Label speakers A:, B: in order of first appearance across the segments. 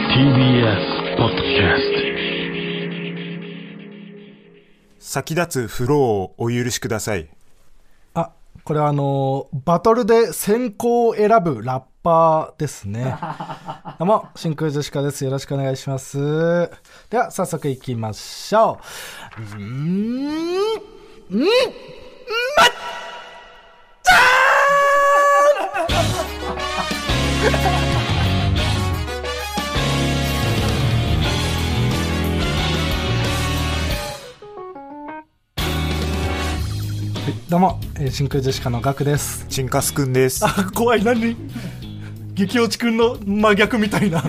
A: TBS ポッドキャスト
B: 先立つフローをお許しください。
C: あこれはあのーバトルで先行を選ぶラッパーです ねどうも真空ジェシカですよろしくお願いしますでは早速いきましょううーんうんどうも、えー真空ジェシカのガクです
B: チンカスくんです。
C: 怖い何激落ちくんの真逆みたい な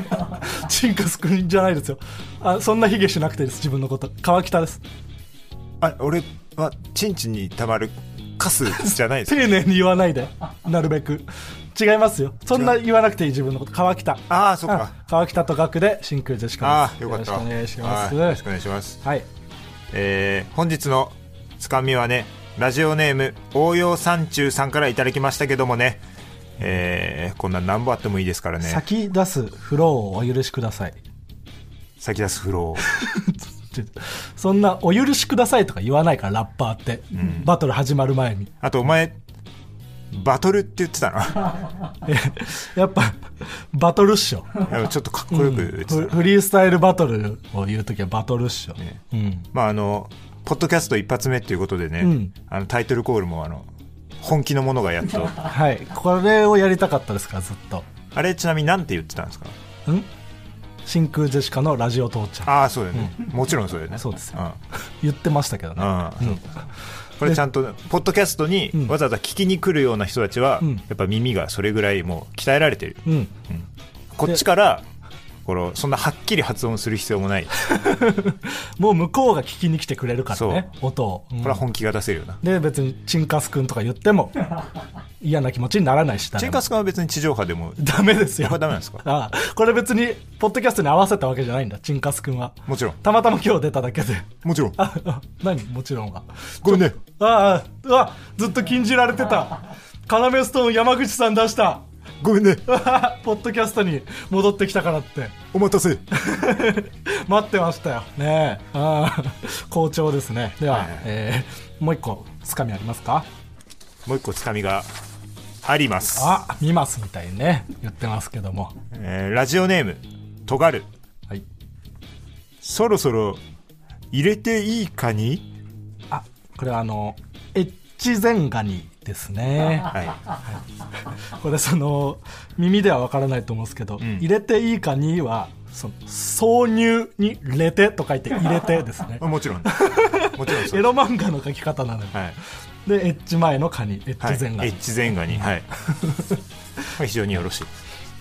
C: チンカスくんじゃないですよあそんな卑下しなくていいです自分のこと川北です
B: あ、俺は、チンチンに溜まるカスじゃないで す。
C: 丁寧に言わないでなるべく違いますよそんな言わなくていい自分のこと川北
B: ああ、そっ
C: あ
B: か。
C: 川北と学で真空ジェシカ
B: あ
C: です
B: あ、よかった。
C: よろしくお願いしま
B: は
C: す
B: よろしくお願いします。
C: はい
B: えー本日のつかみはね、ラジオネーム、応用三中さんからいただきましたけどもね、えーこんなん何本あってもいいですからね。
C: 先出すフローをお許しください
B: 先出すフロー。
C: ちょそんな「お許しください」とか言わないからラッパーって、バトル始まる前に
B: あと、お前、バトルって言ってたな。
C: えやっぱバトルっしょ
B: いやちょっとかっこよく言ってたな
C: フフリースタイルバトルを言うときはバトルっしょ、
B: ね
C: うん
B: まああのポッドキャスト一発目っていうことでね、
C: ん
B: あのタイトルコールもあの本気のものがやっ と
C: はいこれをやりたかったですからずっと
B: あれちなみになんて言ってたんですか
C: ん真空ジェシカのラジオ父ちゃん
B: ああそうだよね、もちろんそうだよね
C: そうですよ
B: ん
C: 言ってましたけどね、
B: うんこれちゃんとポッドキャストに
C: ん
B: わざわざ聞きに来るような人たちは、
C: うん
B: やっぱ耳がそれぐらいもう鍛えられてる、
C: うん、
B: こっちからこのそんなはっきり発音する必要もない、
C: もう向こうが聞きに来てくれるからね音を、うん
B: これは本気が出せるよな、
C: で別にチンカスくんとか言っ ても嫌な気持ちにならないし
B: チェン
C: 誰も
B: カス君は別に地上波でも
C: ダメですよ
B: これダメなんですか
C: ああこれ別にポッドキャストに合わせたわけじゃないんだチンカスくんは
B: もちろん
C: たまたま今日出ただけで
B: もちろん
C: ああ何もちろんは
B: ごめんね
C: ああうわずっと禁じられてた要ストーン山口さん出した
B: ごめんね
C: うわポッドキャストに戻ってきたからって
B: お待たせ
C: 待ってましたよねえあ あ好調ですねでは、
B: はいはい
C: えーもう一個つかみありますか
B: もう一個つかみがあります
C: あ見ますみたいにね言ってますけども
B: えーラジオネームとがる
C: はい
B: そろそろ入れていいかに
C: あこれはあのエッチ前ガニですね
B: は
C: これその耳ではわからないと思うんですけど、
B: ん
C: 入れていいかにはその挿入に「れて」と書いて「入れて」です ね
B: いもち ろんもちろんそ
C: エ
B: う
C: ロ漫画の書き方なのよ、
B: はい、
C: でエッチ前のカニエ
B: はい、
C: ッチ前が、
B: エッチ前画にはいまあ非常によろしい
C: とい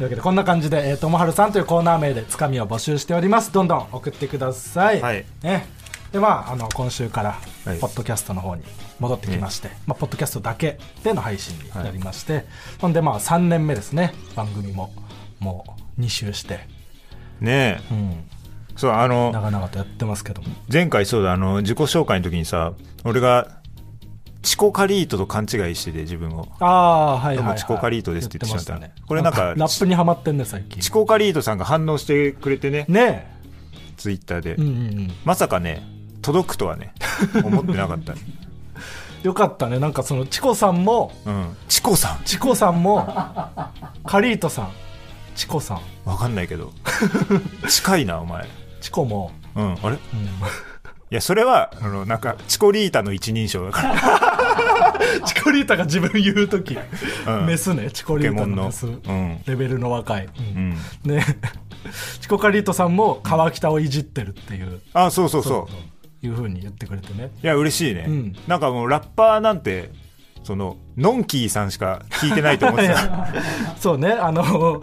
C: うわけでこんな感じで「えーともはるさん」というコーナー名でつかみを募集しておりますどんどん送ってください、
B: はい
C: ね、でまああの今週から
B: はい
C: ポッドキャストの方に戻ってきまして、まあ、ポッドキャストだけでの配信になりまして、ほんでまあ3年目ですね番組ももう2周して、
B: ねえ
C: うん、
B: そうあの
C: 長々とやってますけども
B: 前回そうだあの自己紹介の時にさ俺がチコカリートと勘違いしてて自分を
C: ああは
B: どう
C: いはい、
B: も
C: はい、
B: チコカリートですって言ってしまった
C: 言てね
B: これなんか
C: ラップにはまってんね最近
B: チコカリートさんが反応してくれてね
C: ね
B: ツイッターで、
C: えうんうんうん
B: まさかね届くとはね思ってなか った
C: よかったねなんかそのチコさんも
B: うんチコさん
C: チコさんもカリートさんチコさん
B: わかんないけ ど近いなお前
C: チコも、
B: うんあれい
C: うん
B: やそれはあのなんかチコリータの一人称だ から
C: チコリータが自分言う時、
B: うん
C: メスねチコ
B: ポ
C: リ
B: ケ
C: ー
B: モ
C: タ
B: ン
C: の
B: の
C: メス、
B: うん
C: レベルの若い、
B: う
C: うん
B: ん
C: ねチコカリートさんも川北をいじってるっていう
B: あそうそうそう
C: いうふうに言ってくれてね
B: いや嬉しいね、
C: うん
B: なんかもうラッパーなんてそののんきーさんしか聞いてないと思っ てた
C: そうねあの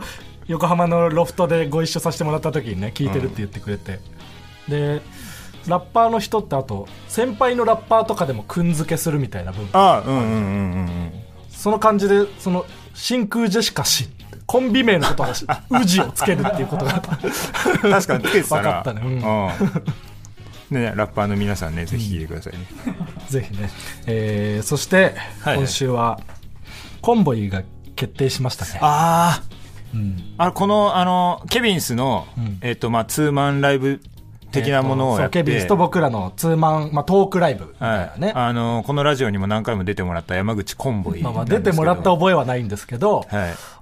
C: 横浜のロフトでご一緒させてもらった時にね聞いてるって言ってくれて、でラッパーの人ってあと先輩のラッパーとかでもくんづけするみたいな文化
B: あうんうんうんうんうん
C: その感じでその真空ジェシカ氏コンビ名のことは 「ウジ」をつけるっていうことが
B: 確かにつけてた
C: わ
B: ら
C: かったねうん
B: うんねラッパーの皆さんねぜひ聞いてくださいね、
C: ぜひね、えーそして
B: はいはい
C: 今週はコンボイが決定しましたね、
B: ああ
C: うん
B: あこのあのケビンスの、
C: うん
B: えっとまあ、ツーマンライブ的なものをやって、
C: えーとそうケビンスと僕らのツーマン、まあ、トークライブみたい
B: は
C: ないね、
B: あのこのラジオにも何回も出てもらった山口コンボイ
C: まあ、まあ出てもらった
B: は
C: 覚えはないんですけど、
B: い、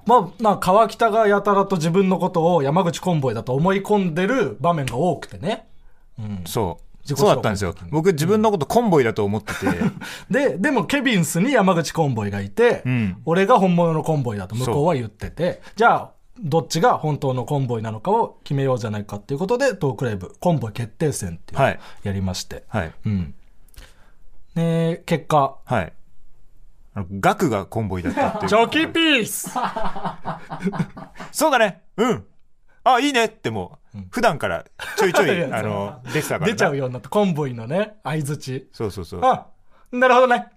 C: まあ、なんか川北がやたらと自分のことを山口コンボイだと思い込んでる場面が多くてね。うん、
B: そう
C: 自己紹介
B: そうだったんですよ僕自分のことコンボイだと思ってて、
C: で、でもケビンスに山口コンボイがいて、
B: うん
C: 俺が本物のコンボイだと向こうは言ってて、じゃあ、どっちが本当のコンボイなのかを決めようじゃないかっていうことで、トークライブ、コンボイ決定戦っていうの を
B: はい
C: やりまして。
B: はい
C: うん。ね結果、
B: はいあのガクがコンボイだったってい
C: ジ
B: う
C: ョキピース
B: そうだねうんあいいねってもう、普段からちょいちょ
C: い
B: い
C: や
B: あの出てたからな
C: 出ちゃうようになった、コンボイのね、相づち。
B: そうそうそう
C: あ、なるほどね。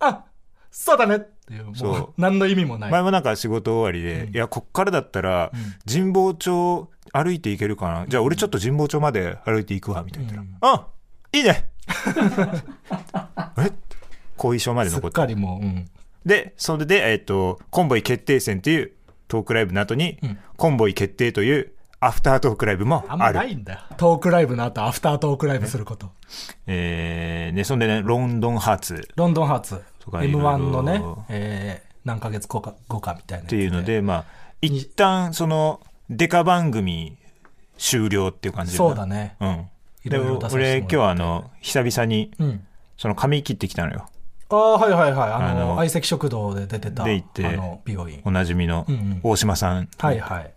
C: あ、そうだね。っていう、も
B: そうう、
C: 何の意味もない。
B: 前もなんか仕事終わりで、いやこっからだったら神保町歩いていけるかな、じゃあ俺ちょっと神保町まで歩いていくわみたいな言ったら「うんいいね! え」後遺症まです
C: っ
B: 残って
C: かりもう、うん
B: でそれで、えっとコンボイ決定戦っていうトークライブの後に、
C: ん
B: コンボイ決定というアフタートークライブも
C: あんま
B: ある
C: ないんだよ。トークライブの後、アフタートークライブすること。
B: えーね、そんでねロンドンハーツ
C: ロンドンハーツ、
B: とかいろい
C: M1
B: ろ
C: のね、えー何ヶ月後か後かみたいなやつ
B: っていうので、まあ一旦そのデカ番組終了っていう感じにな
C: そうだね。
B: うん。
C: い
B: で
C: ろいろ出させてもらって
B: 俺今日あの久々に
C: うん。
B: その髪切ってきたのよ
C: ああ、はいはいはい。あ
B: あ
C: の、
B: の
C: 相席食堂で出てた、あ
B: で行って
C: の、美容院
B: お。なじみの
C: うんうん
B: 大島さん、
C: はいはい。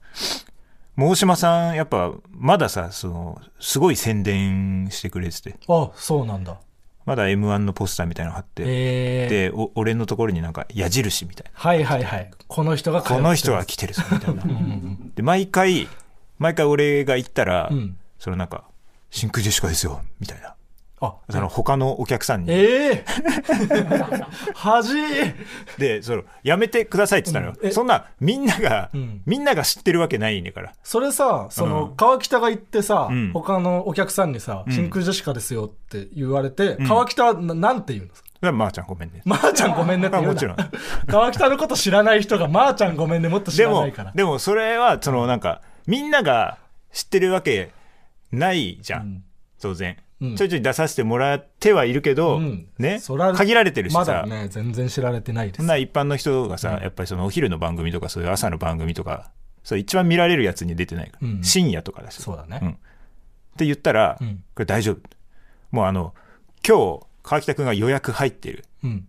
B: もう大島さんやっぱまださそのすごい宣伝してくれてて
C: あそうなんだ。
B: まだ m 1のポスターみたいなの貼って、
C: えー。
B: でお俺のところになんか矢印みたいな
C: はいはいはい。この人が通って
B: こ
C: る
B: の人が来てるぞみたいな
C: うんうん
B: で毎回毎回俺が行ったら、
C: うん。うん。
B: そのなんか「真空ジェシカですよ」みたいな
C: あ、
B: その他のお客さんに
C: ええ 恥
B: でそのやめてくださいって言ったのよ、
C: うんえ
B: そんなみんなが、
C: うん
B: みんなが知ってるわけないねんから
C: それさ、その、
B: うん
C: 川北が行ってさ、
B: うん
C: 他のお客さんにさ、
B: ん
C: 真空ジェシカですよって言われて、
B: ん
C: 川北はななんて言うんですか
B: だからまーちゃんごめんね。
C: まー、ちゃんごめんねって言うな
B: あもちろん
C: 川北のこと知らない人が、まー、ちゃんごめんねもっと知
B: で
C: らな
B: も
C: いから、。
B: でもそれは、そのなんか、みんなが知ってるわけないじゃん。
C: うん
B: 当然、
C: うん
B: ちょいちょい出させてもらってはいるけど、
C: うん
B: ね
C: そら
B: 限られてるしさ。
C: まだね、全然知られてないです。
B: そんな一般の人がさ、やっぱりそのお昼の番組とか、そういう朝の番組とか、そう一番見られるやつに出てないから、
C: うん
B: 深夜とかだし。
C: そうだね。
B: うんって言ったら、
C: うん
B: これ大丈夫。もうあの、今日、川北くんが予約入ってる
C: うん。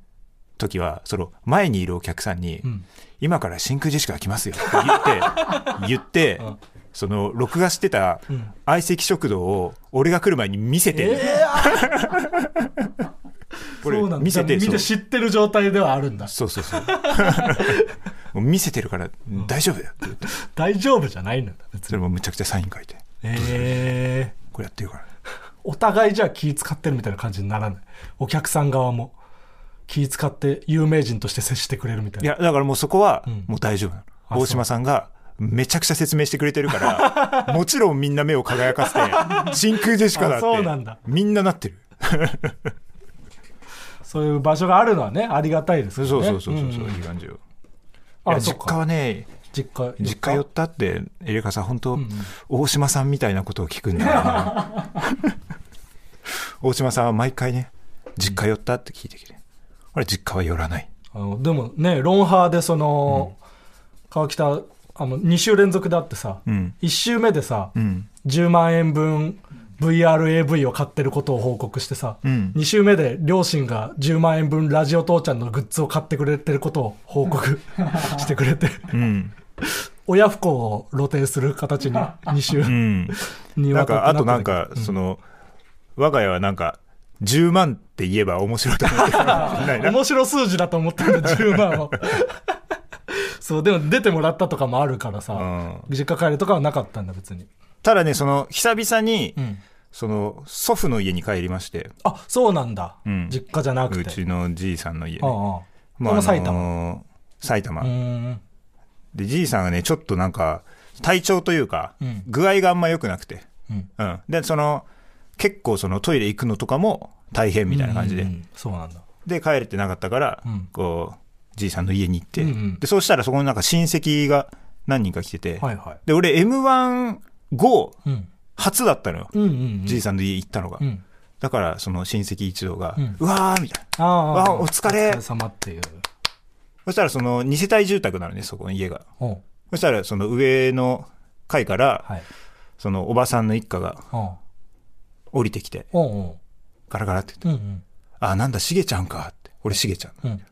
B: 時は、その前にいるお客さんに、
C: うん。
B: 今から真空ジェシカが来ますよって言 って言って、
C: ん
B: その録画してた
C: ん
B: 相席食堂を俺が来る前に見せて、
C: え
B: これ
C: そうなんだ
B: 見せて
C: 見
B: そ
C: て
B: う
C: 知ってる状態ではあるんだ。
B: そうそうそう もう見せてるから大丈夫だよって言って
C: 大丈夫じゃないんだ、別
B: そ
C: に。
B: れもむちゃくちゃサイン書いて
C: ええ
B: これやってるから
C: お互いじゃあ気使ってるみたいな感じにならない。お客さん側も気使って有名人として接してくれるみたい
B: い
C: な。
B: やだからもうそこは
C: ん
B: もう大丈夫な
C: あ
B: の、大島さんがめちゃくちゃ説明してくれてるから もちろんみんな目を輝かせて真空ジェシカだ
C: あそうなん
B: っ
C: だ
B: てみんななってる
C: そういう場所があるのはね、ありがたいです
B: そ
C: よ
B: う
C: ね。
B: そうそうそうそう、
C: ん
B: いい感じよい
C: あ、
B: や
C: そ
B: 実
C: っ
B: 家
C: か。
B: はね
C: 実家、
B: 実家寄ったってエレカさん本当、
C: んうん
B: 大島さんみたいなことを聞くんだよな 大島さんは毎回ね実家寄ったって聞いてきて俺実家は寄らない
C: あのでもね、ロンハーでその、川北、あの、2週連続であってさ、
B: うん
C: 1週目でさ、
B: うん
C: 10万円分 VRAV を買ってることを報告してさ、
B: うん
C: 2週目で両親が10万円分ラジオ父ちゃんのグッズを買ってくれてることを報告 してくれて、
B: うん
C: 親不孝を露呈する形 に2週
B: うん
C: に
B: な
C: わ
B: ん
C: たって
B: かあとなん
C: った
B: か
C: け、ど
B: その我が家はなんか10万って言えば面白いと 思ってるないな
C: 面白数字だと思ったんだ10万 をそうでも出てもらったとかもあるからさ、実家帰るとかはなかったんだ別に、
B: ただねその久々に、
C: うん
B: その祖父の家に帰りまして
C: あそうなんだ、
B: うん
C: 実家じゃなく
B: う
C: て
B: ちのじいさんの家ね
C: ああああこの埼玉、
B: の埼玉、
C: うん
B: でじいさんがねちょっとなんか体調というか、
C: うん
B: 具合があんま良くなくて、
C: うん
B: うん、でその結構そのトイレ行くのとかも大変みたいな感じで、
C: うんうんそうなんだ
B: で帰れてなかったから、
C: うん
B: こうじいさんの家に行って、
C: うんうん
B: でそうしたらそこのなんか親戚が何人か来てて、
C: はいはい。
B: で俺 m 1 5
C: うん。
B: 初だったのよ、
C: うんうん。
B: じいさんの家行ったのが、
C: うん。
B: だからその親戚一同が
C: うん
B: 「うわー」みたいな
C: ああ。
B: わあお疲れ
C: お疲れ様っていう。
B: そしたらその2世帯住宅なのねそこの家が
C: おう
B: そしたらその上の階から
C: はい。
B: そのおばさんの一家が
C: おう
B: 降りてきて
C: おうおう
B: ガラガラって言って
C: うんうん。
B: 「あなんだしげちゃんか」って俺しげちゃん
C: うん。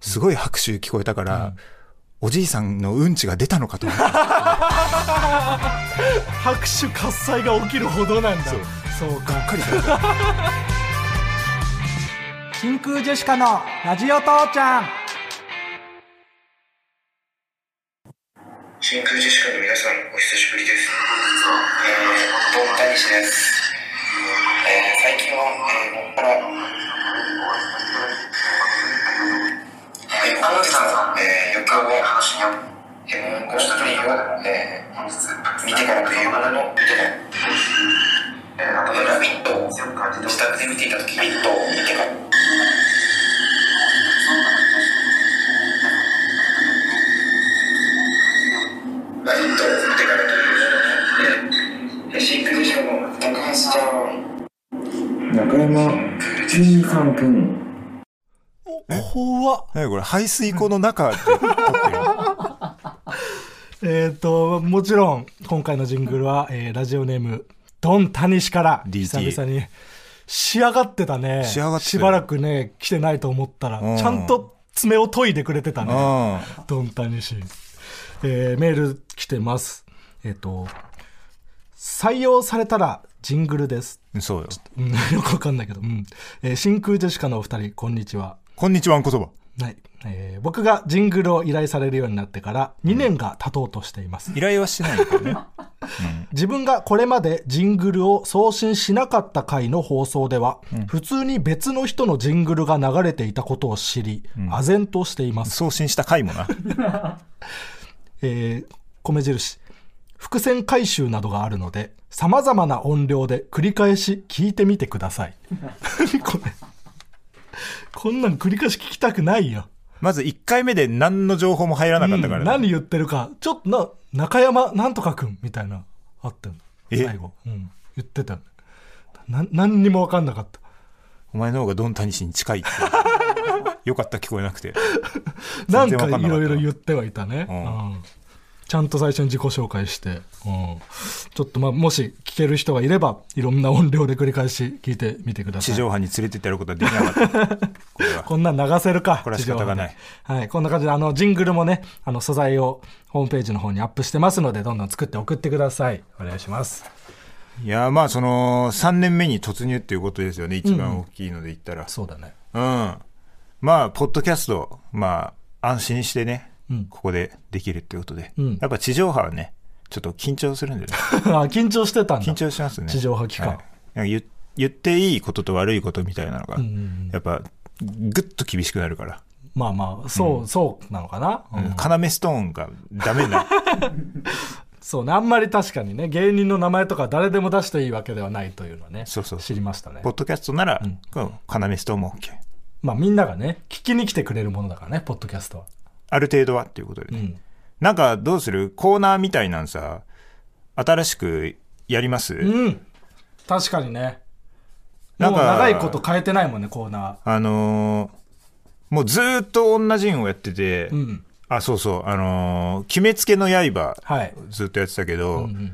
B: すごい拍手聞こえたから、
C: うん
B: おじいさんのうんちが出たのかと思った
C: 拍手喝采が起きるほどなんだ。
B: そう
C: そうか。
B: 彼さ
C: 真空ジェシカのラジオ父ちゃん。
D: 真空ジェシカの皆さん、お久しぶりです。えー、どうも、谷氏です。えー、最近は、えー、もっぱら、えー、本日の、えー、横を、話にえー、ごした内容を、えー、見てからというものの、見てない。えー、あと、ラビットを、自宅で見ていたとき、ラビットを見てから。ラビットを見てからというものの、えー、真空ジェシカの高橋ちゃん。
E: 中山淳さん君
C: 怖っ。
B: 何これ排水溝の中で撮ってる
C: えっ、と、もちろん、今回のジングルは、えーラジオネーム、ドン・タニシから、
B: DT
C: 久々に、仕上がってたね。
B: 仕上がってたよ
C: しばらくね、来てないと思ったら、
B: うん
C: ちゃんと爪を研いでくれてたね。
B: うん
C: ドンタニシ。えーメール来てます。えっ、と、採用されたらジングルです。
B: そうよ。
C: うん、よ くわかんないけど、うんえー真空ジェシカのお二人、こんにちは。
B: こんにちは、あんこそば。
C: はいえー僕がジングルを依頼されるようになってから2年が経とうとしています。
B: 依頼はしてないからね。
C: 自分がこれまでジングルを送信しなかった回の放送では、普通に別の人のジングルが流れていたことを知り、唖然としています、
B: 送信した回もな。
C: えー米印伏線回収などがあるのでさまざまな音量で繰り返し聞いてみてく ださいこれこんなん繰り返し聞きたくないよ
B: まず1回目で何の情報も入らなかったか
C: う
B: ら
C: ん
B: ね。
C: 何言ってるかちょっとな中山なんとかくんみたいなあったの
B: え
C: 最後、うん、言ってたな何にも分かんなかった
B: お前の方がドンタニシに近いって。よかった、聞こえなくて。
C: なん
B: 全然
C: か
B: わかんなかった
C: いろいろ言ってはいたね、
B: うん
C: うんちゃんと最初に自己紹介して、うん、ちょっとまあもし聞ける人がいればいろんな音量で繰り返し聞いてみてくださ
B: 地
C: い
B: 上波に連れてってやることはできなか った。これは。
C: こんなん流せるか。
B: これは仕方がない
C: 地上波ではい。こんな感じで、あの、ジングルもね、あの、素材をホームページの方にアップしてますので、どんどん作って送ってください。お願いします。
B: いや、まあ、その、3年目に突入っていうことですよね。一番大きいので言ったら。
C: そうだね。
B: うん。まあ、ポッドキャスト、まあ、安心してね、
C: うん
B: ここでできるっていうことで。
C: うん
B: やっぱ地上波はね、ちょっと緊張するんでね。
C: あ緊張してたんだ
B: 緊張しますね
C: 地上波期間
B: はいなんか言言っていいことと悪いことみたいなのが、
C: んうんうん
B: やっぱぐっと厳しくなるから、
C: まあまあそう、そうなのかな、うん
B: 要ストーンがダメになる
C: そうねあんまり確かにね芸人の名前とか誰でも出していいわけではないというのはね
B: そうそう
C: 知りましたね
B: ポッドキャストなら、この要ストーンも OK
C: まあみんながね聞きに来てくれるものだからねポッドキャストは
B: ある程度はっていうことで
C: う
B: ね、
C: ん
B: なんかどうするコーナーみたいなんさ新しくやります、
C: うん確かにね
B: な
C: も
B: ん
C: う
B: か
C: 長いこと変えてないもんねコーナ
B: あのーもうずーっと同じのをやってて、
C: ーうん
B: あそうそうあのー決めつけの刃、
C: はい
B: ずっとやってたけど、
C: うんうん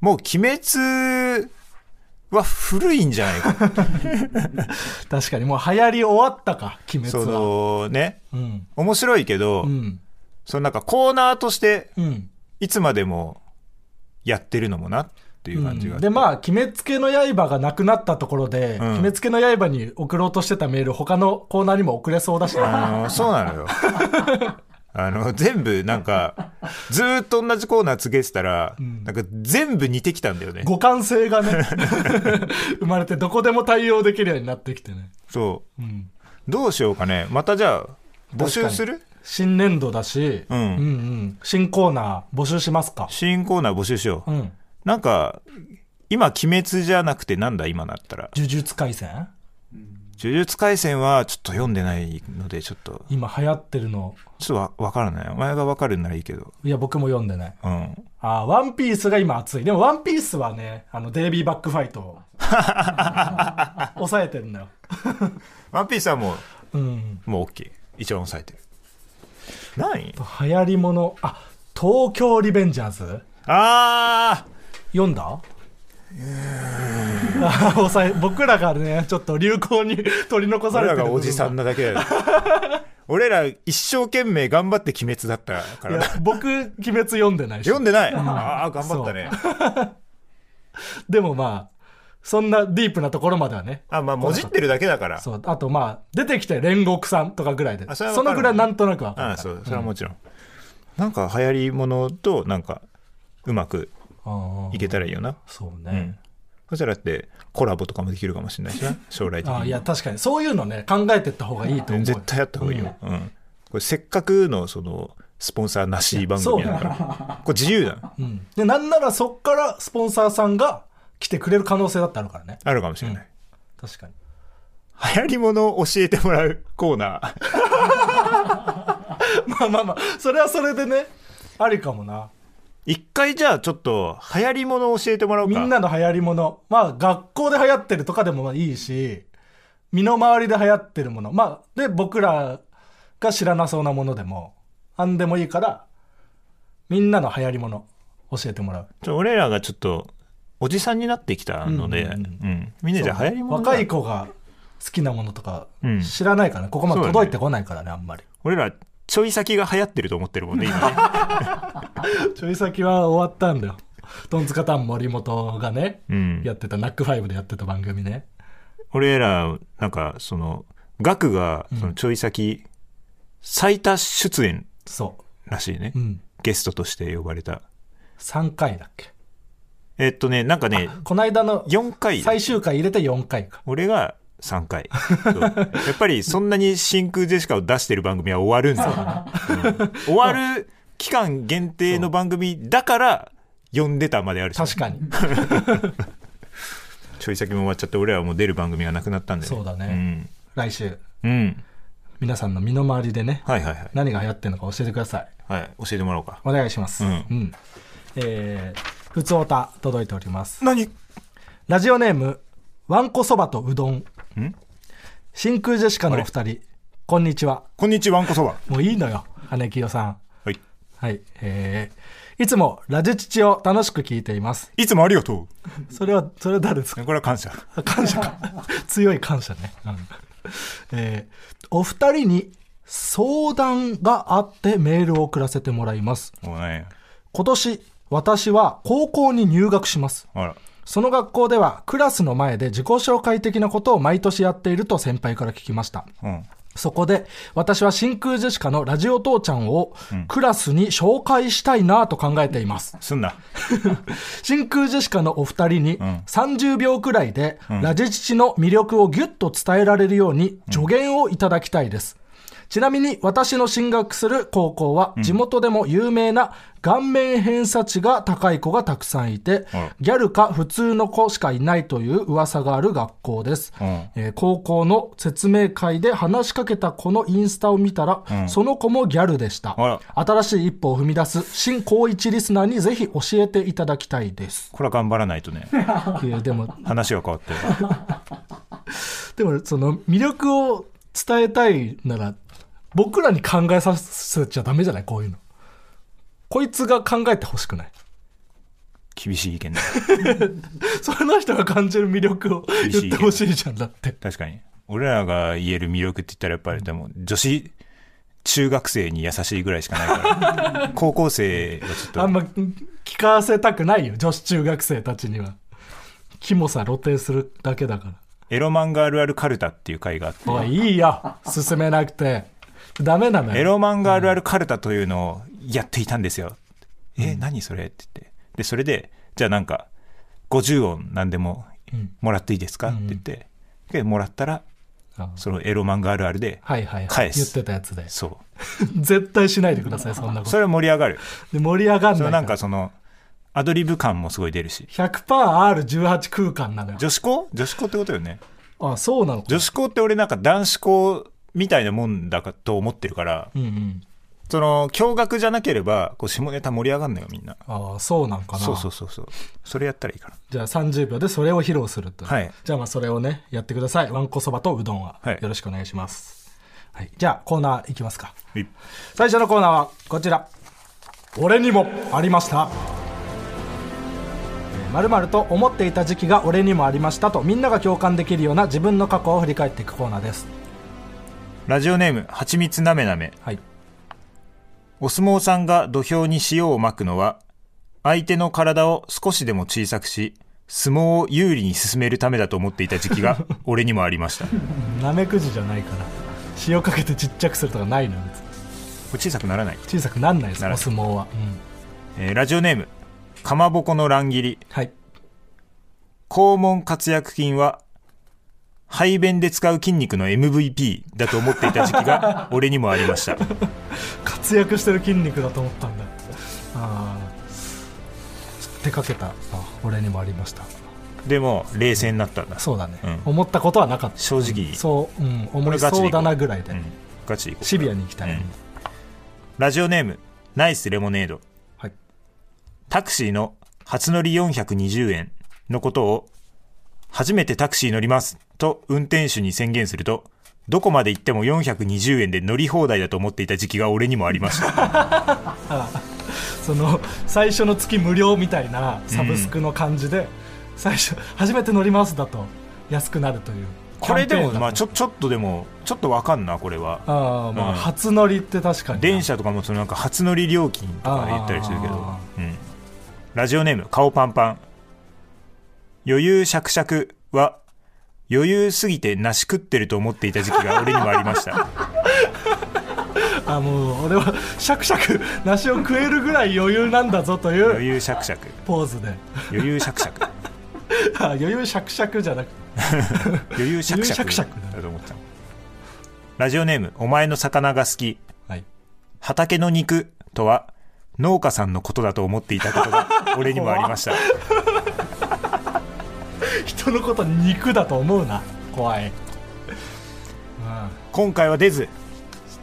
B: もう鬼滅は古いんじゃない か。
C: 確かにもう流行り終わったか鬼
B: そ
C: 滅は
B: のね、
C: うん
B: 面白いけど、
C: うん
B: そのなんかコーナーとして
C: うん
B: いつまでもやってるのもなっていう感じがあって、
C: でまあ「鬼滅系の刃」がなくなったところで「
B: ん
C: 鬼滅系の刃」に送ろうとしてたメール他のコーナーにも送れそうだしな
B: あのそうなのよ。 あの全部なんかずーっと同じコーナーつけてたら、なんか全部似てきたんだよね。
C: 互換性がね 生まれてどこでも対応できるようになってきてね、
B: そう。
C: うん、
B: どうしようかね。またじゃあ募集する
C: 新年度だし、
B: うん
C: うんうん新コーナー募集しますか、
B: 新コーナー募集しよう。
C: うん、
B: なんか今鬼滅じゃなくてなんだ今なったら。
C: 呪術廻戦
B: 呪術廻戦はちょっと読んでないので、ちょっと、
C: 今流行ってるの。
B: ちょっとわわからない。お前がわかるんならいいけど。
C: いや、僕も読んでない。
B: うん。
C: あーワンピースが今熱い。でも、ワンピースはね、あの、デイビーバックファイト を抑えてんのよ。
B: ワンピースはも
C: うん。
B: う、もう OK。一番抑えてる。何
C: 流行りもの、あ、東京リベンジャーズ
B: あ
C: 読んだあー 抑え僕らがね、ちょっと流行に取り残
B: ー
C: さ
B: 俺
C: れて
B: ら
C: る。
B: がおじさんなだけ だよ。俺ら一生懸命頑張って鬼滅だったから
C: いや
B: な。
C: 僕、鬼滅読んでないし。
B: 読んでない。ああ、頑張ったね。
C: でもまあ、そんなディープなところまではね。
B: あ、まあ、もじってるだけだから。
C: そう。あとまあ、出てきて煉獄さんとかぐらいで。
B: あそ
C: そ
B: れはわか
C: の
B: る
C: ぐらいなんとなくわかる
B: あ
C: から。
B: そう、それはもちろん。なんか流行りものと、なんか、うまく
C: あー
B: いけたらいいよな。
C: そう
B: う
C: ね
B: ん。。そしたらだって、コラボとかもできるかもしれないし な、将来的
C: あーい
B: に。
C: や、確かに。そういうのね、考えてった方がいいと思うよ。
B: 絶対やった方がいいよ。うん。これ、せっかくの、その、スポンサーなし番組だから。これ自由だな。
C: うん。で、なんならそっからスポンサーさんが来てくれる可能性だってあるからね。
B: あるかもしれない。
C: 確か に。
B: 流行りものを教えてもらうコーナー。
C: まあまあまあ、それはそれでね、ありかもな。
B: 一回じゃあ、ちょっと、流行りものを教えてもらおう
C: み
B: か。
C: んなの流行りもの。まあ、学校で流行ってるとかでもまあいいし、身の回りで流行ってるもの。まあ、で、僕らが知らなそうなものでも、あんでもいいから、みんなの流行りもの、教えてもらう。
B: ちょ俺らがちょっと、おじさんになってきたので、
C: うん
B: う
C: うん
B: んみんなじゃあ流行りものだ
C: 若い子が好きなものとか
B: うん
C: 知らないから、ここま
B: そう
C: で
B: だね
C: 届いてこないからね、あんまり。
B: 俺ら、ちょい先が流行ってると思ってるもんね、 今ね。
C: ちょい先は終わったんだよ。トンツカタン森本がね、
B: うん
C: やってた、ナックファイブでやってた番組ね。
B: 俺ら、なんか、その、額が、その、ちょい先、最多出演
C: そ
B: らしいね、
C: う。うん。
B: ゲストとして呼ばれた。
C: 3回だっけ。
B: えっとね、なんかね、
C: この間の
B: 4回、
C: 最終回入れて4回か。
B: 俺が3回。 そうやっぱり、そんなに真空ジェシカを出してる番組は終わるんだよ。うん終わる期間限定の番組だから、呼んでたまであるし、
C: 確かに。
B: ちょい先も終わっちゃって、俺らはもう出る番組がなくなったんで、
C: そうだね。来週、
B: うん。うん。
C: 皆さんの身の回りでね、
B: はいはいはい。
C: 何が流行ってるのか教えてください。
B: はい、教えてもらおうか。
C: お願いします。
B: うん
C: えー、普通おた届いております。
B: 何
C: ラジオネーム、わんこそばとうどん。
B: ん
C: 真空ジェシカのお二人、こんにちは。
B: こんにちは、わんこそば。
C: もういいのよ、姉清さん。
B: はい。
C: はい。えー、いつもラジチチを楽しく聞いています。
B: いつもありがと
C: それは、それは誰ですか
B: う。これは感謝。
C: あ感謝か。 強い感謝ね。うんえーお二人に相談があってメールを送らせてもらいます。
B: もうね、
C: 今年、私は高校に入学します。
B: あら。
C: その学校ではクラスの前で自己紹介的なことを毎年やっていると先輩から聞きました。
B: うん。
C: そこで私は真空ジェシカのラジオ父ちゃんをクラスに紹介したいなと考えています。
B: すんな。
C: 真空ジェシカのお二人に
B: ん
C: 30秒くらいでラジチチの魅力をギュッと伝えられるように助言をいただきたいです。ちなみに私の進学する高校は地元でも有名な顔面偏差値が高い子がたくさんいて
B: あら、
C: ギャルか普通の子しかいないという噂がある学校です。
B: うん
C: えー高校の説明会で話しかけた子のインスタを見たら、その子もギャルでした。
B: あ
C: 新しい一歩を踏み出す新高一リスナーにぜひ教えていただきたいです。
B: これは頑張らないとね、
C: いやでも、
B: 話が変わって。
C: でもその魅力を伝えたいなら、僕らに考えさせちゃダメじゃないこういうの。こいつが考えてほしくない。
B: 厳しい意見だ。
C: それの人が感じる魅力を
B: 厳しい
C: 言ってほしいじゃん、だって。
B: 確かに。俺らが言える魅力って言ったらやっぱりでも、女子、中学生に優しいぐらいしかない から。高校生はち
C: あ
B: ょっ
C: んま聞かせたくないよ、女子中学生たちには。キモさ露呈するだけだから。
B: と、エロ漫画あるあるカルタっていう回があって、
C: おい、いいよ。進めなくて。ダメなの
B: エ
C: よ。
B: ロ漫画あるあるカルタというのをやっていたんですよ。え、何それって言って。で、それで、じゃあなんか、50音何でももらっていいですか、って言って、で、もらったら、
C: あ
B: そのエロ漫画あるあるで、
C: はいはいは
B: 返
C: い。言っ
B: す
C: てたやつで。
B: そ
C: 絶対しないで ください、そんな
B: う。
C: こ
B: そ
C: と。
B: れは盛り上がる。
C: で盛り上がん
B: それ
C: ない
B: な
C: か
B: ん
C: ら
B: か。その、アドリブ感もすごい出るし。
C: 100%R18 空間なのよ。
B: 女子校女子校ってことよね。
C: あ、そうなのか。
B: 女子校って俺なんか男子校みたいなもんだかと思ってるから、
C: うんうん。
B: その、驚愕じゃなければ、こう、下ネタ盛り上がんのよ、みんな。
C: ああ、そうなんかな。
B: そうそうそうそう。それやったらいいから。
C: じゃあ30秒でそれを披露すると。
B: はい
C: じゃあまあそれをね、やってください。わんこそばとうどんは。
B: はい
C: よろしくお願いします。はい。じゃあコーナーいきますか。
B: はい
C: 最初のコーナーはこちら。俺にもありました。まるまると思っていた時期が俺にもありましたとみんなが共感できるような自分の過去を振り返っていくコーナーです。
B: ラジオネーム、はちみつなめなめ。
C: はい。
B: お相撲さんが土俵に塩をまくのは、相手の体を少しでも小さくし、相撲を有利に進めるためだと思っていた時期が俺にもありました。こ
C: なめくじじゃないから塩かけてちっちゃくするとかないのよ別に
B: れ小さくならない。
C: 小さくなんないです
B: なら
C: お
B: ない
C: 相撲は、うん
B: えーラジオネーム、かまぼこの乱切り。
C: はい
B: 肛門活躍筋は、排便で使う筋肉の MVP だと思っていた時期が俺にもありました。
C: 活躍してる筋肉だと思ったんだああ出かけたあ俺にもありました
B: でも、冷静になったんだ。
C: そうだね、
B: うん
C: 思ったことはなかった
B: 正直、
C: そう、うん、思い
B: ガチで行
C: そ
B: こ
C: うだなぐらいで、
B: うんガチでいこう
C: シビアに行きたい、
B: うんラジオネーム、ナイスレモネード。
C: はい
B: タクシーの初乗り420円のことを、初めてタクシー乗りますと運転手に宣言すると、どこまで行っても420円で乗り放題だと思っていた時期が俺にもありました。
C: その最初の月無料みたいなサブスクの感じで、最初初めて乗りますだと安くなるという
B: これで
C: キャン
B: も、
C: ペーンだと
B: まあちょ、ちょっとでも、ちょっとわかんな、これは。
C: ああまあ、
B: うん
C: 初乗りって確かにな
B: 電車とかもそのなんか初乗り料金とか言ったりするけど、
C: あ
B: うんラジオネーム顔パンパン余裕しゃくしゃくは余裕すぎて梨食ってると思っていた時期が俺にもありました
C: あもう俺はシャクシャク梨を食えるぐらい余裕なんだぞとい
B: 余
C: う
B: 裕しゃくしゃく
C: ポーズで
B: 余裕しゃくしゃく
C: あ余裕シャクシャクじゃなくて
B: 余裕しゃくし
C: 余裕しゃ
B: ゃ
C: くしゃく
B: くだと思ったラジオネームお前の魚が好き
C: はい
B: 畑の肉とは農家さんのことだと思っていたこと が俺にもありました
C: 人のこと肉だと思うな怖い、まあ、
B: 今回は出ず、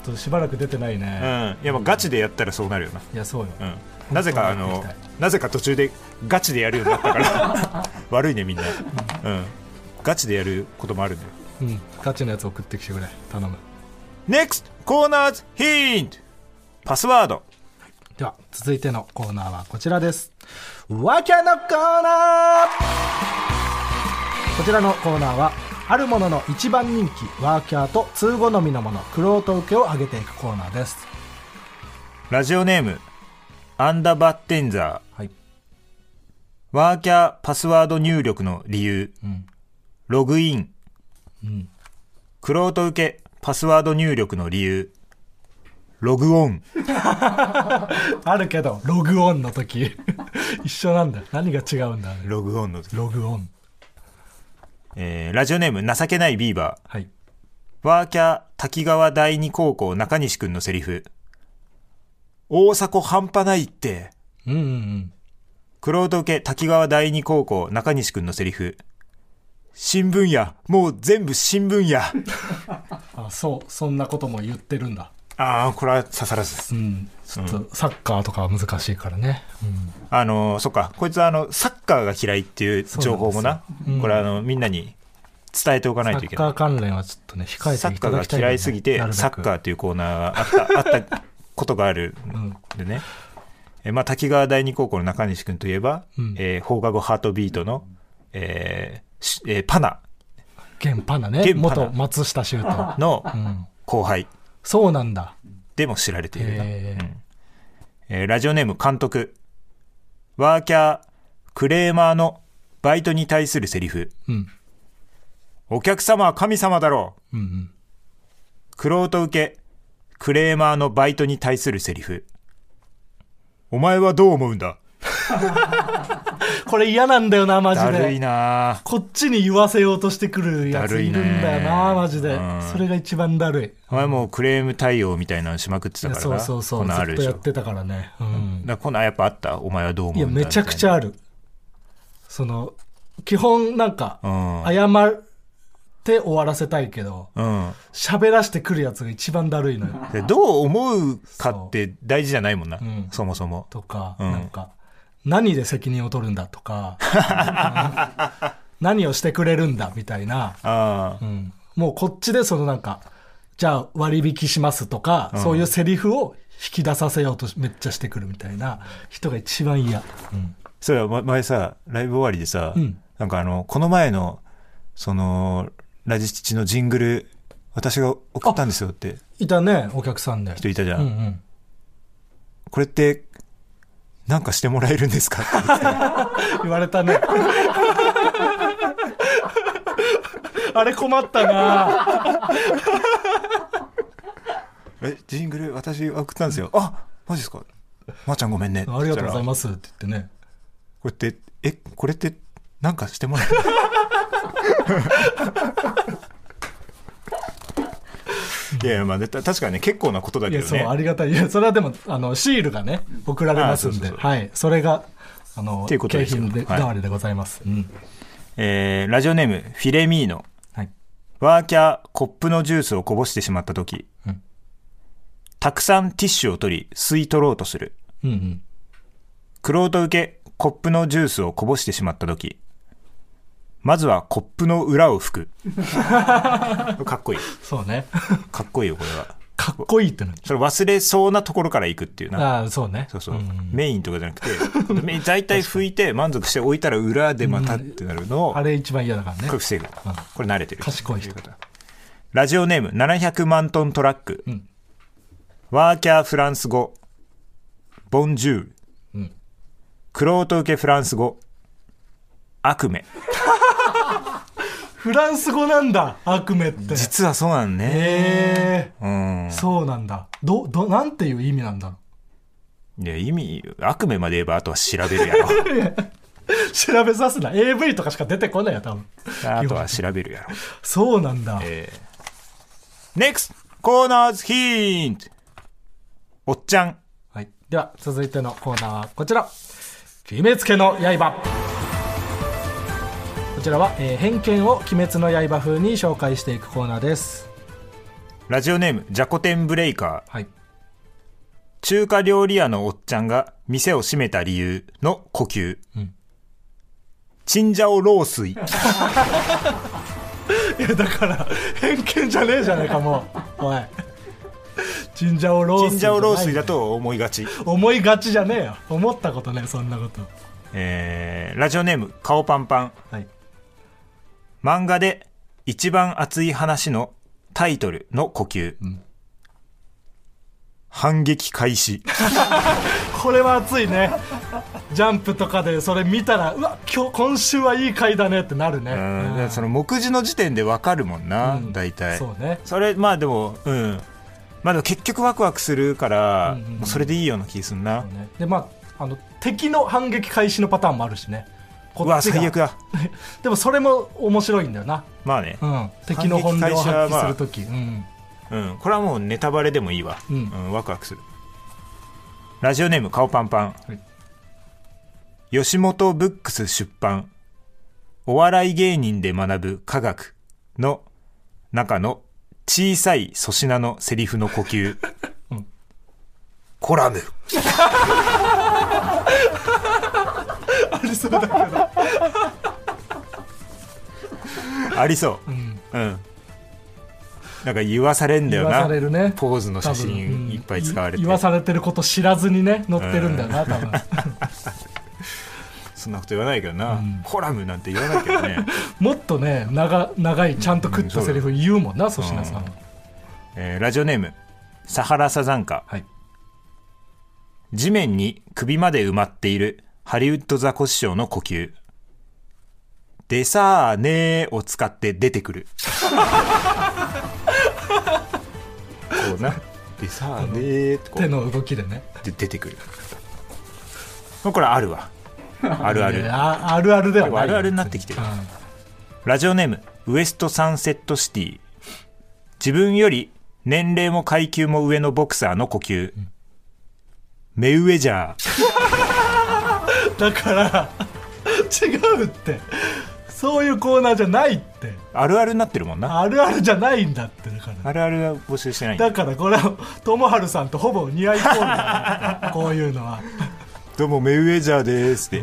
C: ちょっとしばらく出てない
B: うん、
C: ね、
B: やっぱガチでやったらそうなるよない
C: やそうよ、
B: うんなぜかあ
C: 本
B: の
C: 当にやっていき
B: なぜか途中でガチでやるようになったから 悪いねみんな、うん、ガチでやることもあるんだよ
C: うんガチのやつ送ってきてくれ頼む
B: NEXT コーナーズヒントパスワード
C: では続いてのコーナーはこちらですわけのコーナーこちらのコーナーはあるものの一番人気ワーキャーと通好みのものクロート受けを上げていくコーナーです
B: ラジオネームアンダーバッテンザー
C: はい
B: ワーキャーパスワード入力の理由、
C: ん
B: ログイン
C: うん
B: クロート受けパスワード入力の理由ログオン
C: あるけどログオンの時一緒なんだよ何が違うんだあれ
B: ログオンの時、
C: ログオン
B: えーラジオネーム情けないビーバー
C: はい
B: ワーキャー滝川第二高校中西くんのセリフ。大迫半端ないって。
C: うんうんうん
B: クロート受け滝川第二高校中西くんのセリフ。新聞や、もう全部新聞 や。
C: あそうそんなことも言ってるんだ
B: ああ、これは刺さらずです。
C: うんちょっとサッカーとかは難しいからね、うん、
B: あのー、そっか、こいつはあの、サッカーが嫌いっていう情報もな、これあの、みんなに伝えておかない
C: サ
B: とい
C: ッ
B: けない。
C: カー関連はちょっとね控え
B: サ
C: て
B: ッ
C: い
B: カ
C: ただ
B: ー
C: きた
B: が
C: い
B: 嫌いすぎて、サッカ
C: ー
B: ーというコーナーがあった、あ ったことがある
C: うん
B: でね、えまあ、滝川第二高校の中西君といえば、
C: うん
B: えー放課後ハートビートの、えーしえーパナ
C: 現パナね
B: 現パナ
C: 元松下修斗
B: の
C: うん
B: 後輩
C: そうなんだ
B: でも知られているな、
C: へー
B: うんえーラジオネーム監督ワーキャークレーマーのバイトに対するセリフ
C: うん
B: お客様は神様だろう
C: うんうん
B: クロート受けクレーマーのバイトに対するセリフお前はどう思うんだ
C: これ嫌なんだよなマジ
B: だるい
C: で
B: なあ
C: こっちに言わせようとしてくる
B: だ
C: や
B: る
C: つい
B: いね
C: るんだよなマジで
B: うん
C: それが一番だるい
B: お前もうクレーム対応みたいなのしまくってたからな
C: そうそうそ
B: こ
C: うんず
B: なんある
C: っと
B: でし
C: や
B: ょ
C: ってたからねうん
B: だからこんなんやっぱあったお前はどう思うん
C: い
B: だ
C: や、めちゃくちゃある。その、基本なんか、
B: うん
C: 謝って終わらせたいけど、
B: うん。
C: 喋らしてくるやつが一番だるいのよ。
B: でどう思うかって大事じゃないもんな、そ,、
C: ん
B: もそも。
C: とか、
B: うん
C: なんか、何で責任を取るんだとか、うん何をしてくれるんだみたいな、
B: ああ、
C: うんもうこっちでそのなんか、じゃあ割引しますとか、そういうセリフを引き出させようとしめっちゃしてくるみたいな人が一番嫌。うん
B: それはま前さ、ライブ終わりでさ、
C: うん
B: なんかあの、この前の、その、ラジチチのジングル、私が送ったんですよって
C: いたね、お客さんで。
B: 人いたじゃ
C: うん
B: ん。
C: うん。
B: これって、なんかしてもらえるんですかって 言って
C: 言われ たね。 あれ困った な
B: え、ジングル私が送ったんですよ。あマジですかまーちゃんごめんね。
C: ありがとうござい
B: す。
C: ますって言ってね。
B: これって、え、これって、なんかしてもら えるいやいや、まあ、た確かにね、結構なことだ
C: い
B: け
C: や、
B: ど
C: そう、あ
B: ね。
C: りがたい。いや、それはでも、あの、シールがね、送られますんで、
B: あそうそうそ
C: はい。それが、あの、
B: っていうこと
C: 景
B: ですよ
C: 品で、
B: はい
C: 代わりでございます。うん。
B: えーラジオネーム、フィレミーノ。
C: はい。
B: ワーキャー、コップのジュースをこぼしてしまったとき、
C: うん
B: たくさんティッシュを取り、吸い取ろうとする。
C: うんうん。
B: クロート受け、コップのジュースをこぼしてしまったとき、まずはコップの裏を拭 く。かっこいい。
C: そう ね。
B: かっこいいよ、これは。
C: かっこいいっての
B: それ忘れそうなところから行くっていうな。
C: ああ、そうね。
B: そうそう、
C: ん
B: メインとかじゃなくて、 め大体拭いて満足して置いたら裏でまたってなるのを、
C: あ
B: こ
C: れ一番嫌だからね
B: れ。防ぐ。これ慣れてる。
C: 賢い人
B: ラジオネーム700万トントラック。
C: ん
B: ワーキャーフランス語。ボンジュール。
C: うん
B: クロート受けフランス語。悪夢。
C: フランス語なんだ、悪夢って。
B: 実はそうなんね。
C: へえ、
B: うん。
C: そうなんだ。ど、ど、なんていう意味なんだろ
B: いや、意味、悪夢まで言えばあとは調べる やろ。
C: う。調べさすな。AV とかしか出てこないよ、多分。
B: あとは調べるやろ。
C: そうなんだ。
B: えー、NEXT コーナーズヒントおっちゃん。
C: はい。では、続いてのコーナーはこちら。鬼滅家の刃。こちらは、えー偏見を鬼滅の刃風に紹介していくコーナーです。
B: ラジオネーム、ジャコテンブレイカー。
C: はい。
B: 中華料理屋のおっちゃんが店を閉めた理由の呼吸。チンジャオロースイ。
C: いや、だから、偏見じゃねえじゃねえか、もう。 おい。チンジャオロースイ。
B: チンジャオロースイだ。と思いがち。
C: 思いがちじゃねえよ。思ったことね、そんなこと。
B: えー、ラジオネーム、顔パンパン。
C: はい。
B: 漫画で一番熱い話のタイトルの呼吸。反撃開 始。
C: これは熱いね。ジャンプとかでそれ見たら、うわ、今日、今週はいい回だねってなるね。
B: うんだか
C: う
B: ら
C: ん
B: その目次の時点でわかるもんな、
C: うん
B: 大体
C: そうね
B: それまあでもうんまあでも結局ワクワクするから、
C: うんうんうん
B: もうそれでいいような気すんな、
C: ねでまああの敵の反撃開始のパターンもあるしねこ
B: うわ最悪だ
C: でもそれも面白いんだよな、
B: まあね
C: う、ん、敵の本領を
B: 反撃開始
C: 発
B: は
C: 揮するとき、うん
B: うんこれはもうネタバレでもいいわ、
C: うん
B: ワクワクするラジオネーム顔パンパン、吉本ブックス出版お笑い芸人で学ぶ科学の中の小さい粗品のセリフの呼 吸、コラム
C: ありそうだけど
B: ありそう。うん。なんか言わされんだ
C: 言
B: よ
C: わ
B: な。
C: されるね
B: ポーズの写
C: 多分うん
B: 真いっぱい使われて。
C: 言わされてること知らずにね載ってるんだよな多分
B: そんなこと言わないけどな。コラムなんて言わないけどね。
C: もっとね長長いちゃんと食ったセリフ言うもんな粗品さんは、
B: えーラジオネーム、サハラサザンカ。
C: はい
B: 地面に首まで埋まっているハリウッドザコシショウの呼吸。でさあねーを使って出てくる。こうな。でさあねーってこう
C: 手の動きでね
B: で出てくる。これあるわ。あるある
C: いや。ああるあるではない
B: あるあるになってきてる
C: うん
B: ラジオネーム、ウエストサンセットシティ。自分より年齢も階級も上のボクサーの呼吸。メウェジャー。
C: だから違うってそういうコーナーじゃないって
B: あるあるになってるもんな。
C: あるあるじゃないんだってだから
B: あるあるは募集してないんだ。
C: だからこれは友春さんとほぼ似合いコーナ ーこういうのは
B: どうも、メイウェザーですって。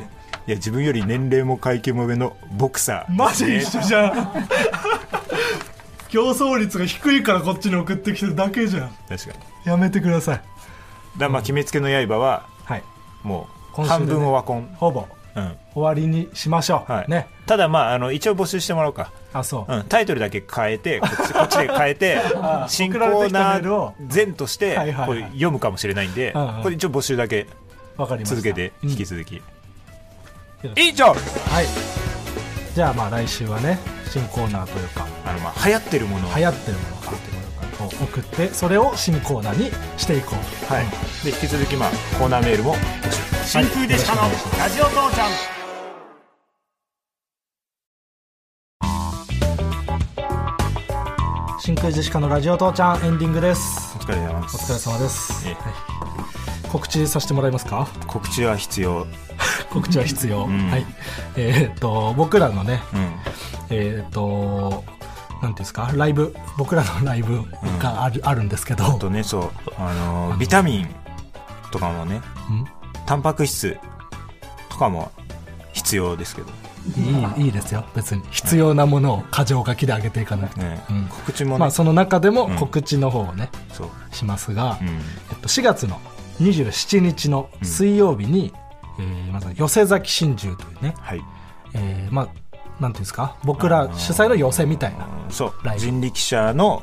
B: いや、自分より年齢も階級も上のボクサー。
C: マジ一緒じゃん競争率が低いからこっちに送ってきてるだけじゃん
B: 確かに。だか
C: やめてください
B: らまあ、決めつけの刃は、
C: はい
B: もう、
C: 今週で
B: 半
C: ね
B: 分をワコン。
C: ほぼ
B: うん。
C: 終わりにしましょう、
B: はい。
C: ね
B: ただ、まあ、あの、一応募集してもらおうか。
C: あそう、
B: うん、タイトルだけ変え てこっちこっちで変えて
C: ああ
B: 新コ
C: 送られて
B: ー
C: きた
B: ナ
C: メールを
B: ー前として
C: はいはいはい
B: これ読むかもしれないんで、
C: うんうん
B: これ一応募集だけ
C: わかりました
B: 続けて
C: うん
B: 引き続き、
C: ろしく
B: 以上
C: はいじゃあまあ来週はね新コーナーというか
B: あのまあ流行ってるものを、
C: 流行ってるものかを送ってそれを新コーナーにしていこう
B: はい、で引き続き、まあ、コーナーメールも募集
C: 真空でしかの
B: ラジオ父ちゃん
C: 真空ジェシカのラジオ父ちゃんエンディングです
B: お疲れ様で
C: お
B: す
C: 疲れ様です、
B: ええ
C: はい告知させてもらえます か
B: 告知は必要、
C: 告知は必要、
B: ん
C: はいえーっと僕らのね
B: うん、
C: えーっとなんていうんですかライブ僕らのライブがある,、あるんですけど
B: あとねそうあのービタミンとかもね
C: うん
B: タンパク質とかも必要ですけど、
C: いいいいですよ別に必要なものを過剰書きで上げていかなくて、
B: ね
C: うん
B: 告知もね、
C: まあ、その中でも
B: うん
C: 告知の方をね、
B: そう
C: しますが、
B: うん
C: えっと、4月の27日の水曜日に、えーまず寄せ崎真珠というね、
B: はい
C: えーまあなんていうんですか僕ら主催の寄せみたいな
B: そう
C: ライブ
B: 人力車の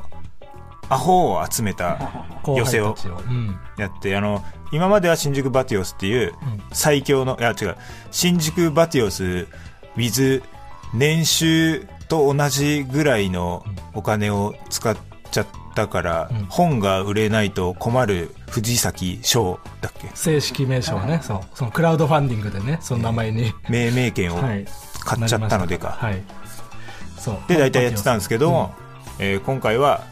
B: アホを集めた
C: 後
B: 寄
C: 輩
B: せ
C: た
B: を
C: ちを、うん、
B: やってあの今までは新宿バティオスっていう最強の、いや違う新宿バティオス with 年収と同じぐらいのお金を使っちゃったから、本が売れないと困る藤崎翔だっけ
C: 正式名称はねそうそのクラウドファンディングでねその名前に、
B: 命名権を
C: はい
B: 買っちゃったのでか、
C: はいそう
B: で大体やってたんですけど
C: うん
B: も、えー今回は、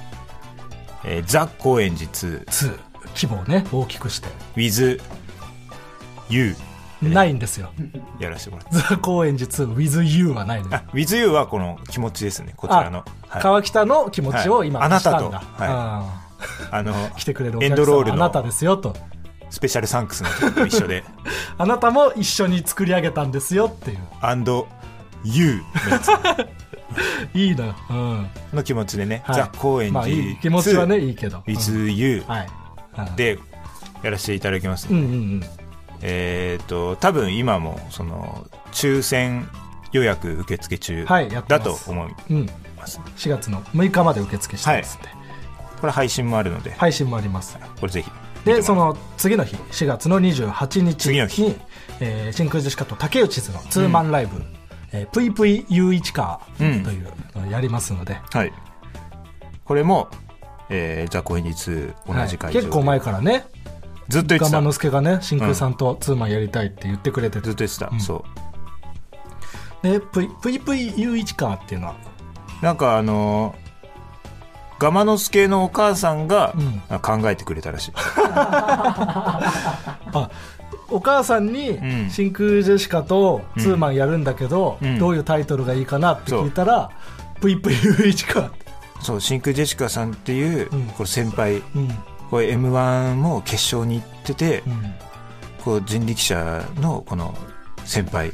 B: えーザ・高円寺2
C: ツー規模をね大きくして
B: with you
C: ないんですよ
B: やらせてもらっ
C: 「
B: て
C: ザ・高円寺 2WithYou」はないのよ
B: あ with you はこの気持ちですねこちらの
C: あ
B: はい、
C: 川北の気持ちを今
B: はいあなたと
C: 出したんだ
B: はあの
C: うん来てくれるお
B: エンド
C: 客
B: ロー
C: 様は
B: ル
C: あなた
B: の
C: ですよと
B: スペシャルサンクスの曲と一緒 で
C: あなたも一緒に作り上げたんですよっていう
B: and you のや
C: いいのよ、うん
B: つの気持ちでね、
C: はい
B: ザ・高円
C: ま
B: 寺
C: あ、
B: 2、
C: いい気持ちはねいいけど、うん
B: with you
C: はいうん
B: でやらせていただきます、
C: うんうん
B: えっ、と多分今もその抽選予約受付中
C: はいやっ
B: だ
C: てます
B: と思い
C: うんうん
B: ます,、
C: 4月の6日まで受付してますんで、
B: これ配信もあるので、
C: 配信もあります
B: これぜひ
C: でその次の日4月の28日
B: 次の日
C: にえー真空ジェシカと竹内図のツーマンライブ「えーぷいぷい U1 カー」というのをやりますので、
B: はいこれもえー、ザ・コインに2同
C: はい
B: じ会場、
C: 結構前からね
B: ずっと言って
C: 我
B: た
C: 慢の助がね真空さんとツーマンやりたいって言ってくれて
B: ず
C: て
B: っと言ってた、そ
C: でぷいぷいぷい U1 カーっていうのは
B: うなんかあのー、ガマノス系のお母さんが
C: ん
B: あ考えてくれたらしい、
C: あお母さんに
B: ん
C: 真空ジェシカとツーマンやるんだけど、
B: ん
C: どういうタイトルがいいかなって聞いたら「ぷいぷい U1 カー」
B: そう真空ジェシカさんっていう、
C: うん
B: これ先輩
C: うん
B: これ m 1も決勝に行ってて、
C: うん
B: こう人力車のこの先輩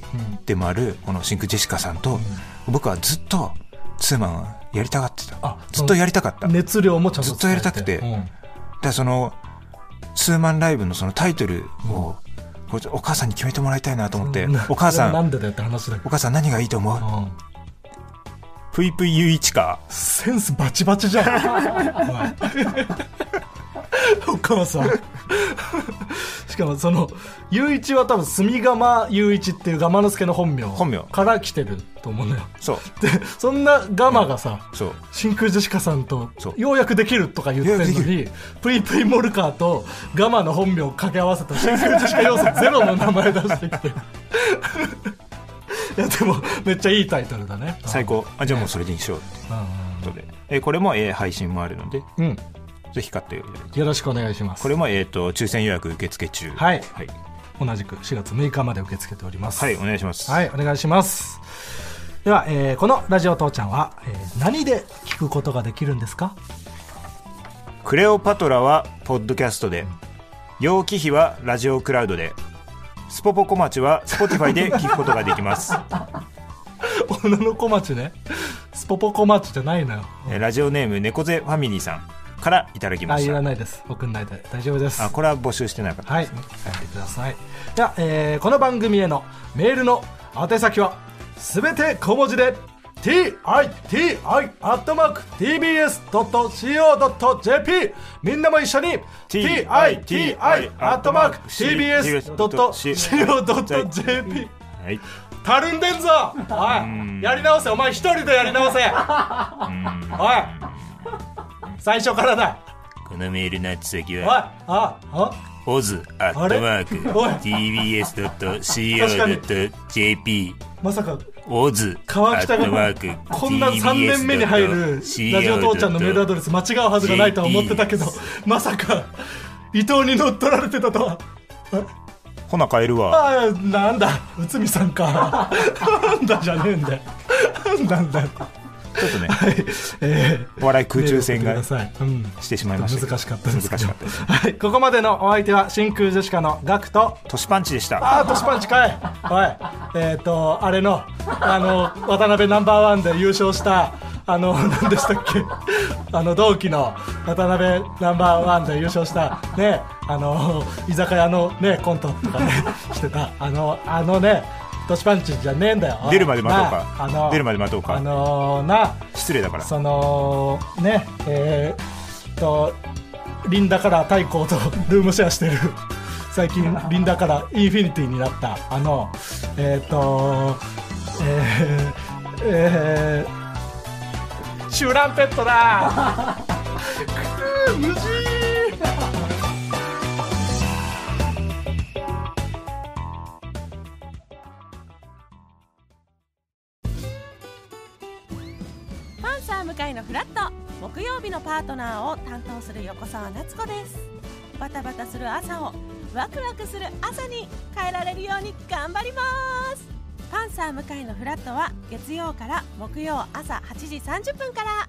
B: でもあるこのシンクジェシカさんと、僕はずっとツーマンはやりたがってた
C: あ
B: ずっとやりたかった、だか
C: 熱量もちゃんと
B: ずっとやりたくて
C: 伝え
B: らそのツーマンライブのそのタイトルを、これお母さんに決めてもらいたいなと思って、
C: うん
B: お母さ
C: それはなんんでだよって話だけ
B: お母さん何がいいと思う、
C: ど、うん
B: ぷいぷいゆいちか
C: センスバチバチじゃんおいお母さんしかもその雄一は多分住釜雄一っていう釜之助の本名
B: 本名
C: から来てると思うのよ
B: そう
C: でそんなガマがさ、
B: そう
C: 真空ジェシカさんと
B: そう
C: ようやくできるとか言ってるのにプイプイモルカーとガマの本名を掛け合わせた真空ジェシカ要素ゼロの名前出してきて いやでもめっちゃいいタイトルだね
B: 最高あじゃあもうそれでいいしようってことで、えこれも、えー配信もあるので
C: うん、うん
B: ぜひ買って
C: よろしくお願いします
B: これも、えー、と抽選予約受付中
C: はい
B: はい、
C: 同じく4月6日まで受け付けております
B: はいお願いします、
C: はいお願いしますでは、えーこの「ラジオ父ちゃんは」えー何で聞くことができるんですか
B: クレオパトラはポッドキャストで陽気比はラジオクラウドでスポポコマチは Spotify で聞くことができます
C: 女の小町ねスポポ小町じゃないのよ
B: えーラジオネーム猫背ファミリーさんからいただきま
C: あ
B: し
C: い
B: た
C: らないです送んないで大丈夫です
B: あこれは募集してなかった
C: はい、書いてください。では、えーこの番組へのメールの宛先は、すべて小文字で、t i t i t b s c o j p みんなも一緒に t i t i t b s c o j p
B: はい
C: たるんでんぞおいやり直せお前一人でやり直せおい最初からだ
B: このメールの宛先
C: おいああ
B: oz.tbs.co.jp
C: まさか
B: オズ
C: 川北がこんな3年目に入るラジオ父ちゃんのメールアドレス間違うはずがないとは思ってたけど
B: JP
C: まさか伊藤に乗っ取られてたとは
B: ほな帰るわ
C: ああなんだ内海さんかなんだじゃねえんだよなんだよ
B: ちょっ とね
C: え
B: お笑い空中
C: ー
B: 戦
C: メール送って
B: が
C: くださいうん
B: してしまいましたけど
C: 難しかったですけ
B: 難し
C: ど
B: かったです
C: はいここまでのお相手は真空ジェシカのガクと
B: トシパンチでした
C: あートシパンチかいおいえっ、とあれのあの渡辺ナンバーワンで優勝したあの何でしたっけあの同期の渡辺ナンバーワンで優勝したねあの居酒屋のねコントとかねしてたあのあのねトシパンチじゃねえんだよおい
B: 出るまで待とうか
C: なあの
B: 出るまで待とうか
C: あのな
B: 失礼だから
C: そのねえー、とリンダカラー太鼓と ルームシェアしてる最近リンダカラーインフィニティになったあのえっ、とえー、えー、チュランペットだくー無事
F: パンサー向かいのフラット木曜日のパートナーを担当する横澤夏子ですバタバタする朝をワクワクする朝に変えられるように頑張りますパンサー向かいのフラットは月曜から木曜朝8時30分から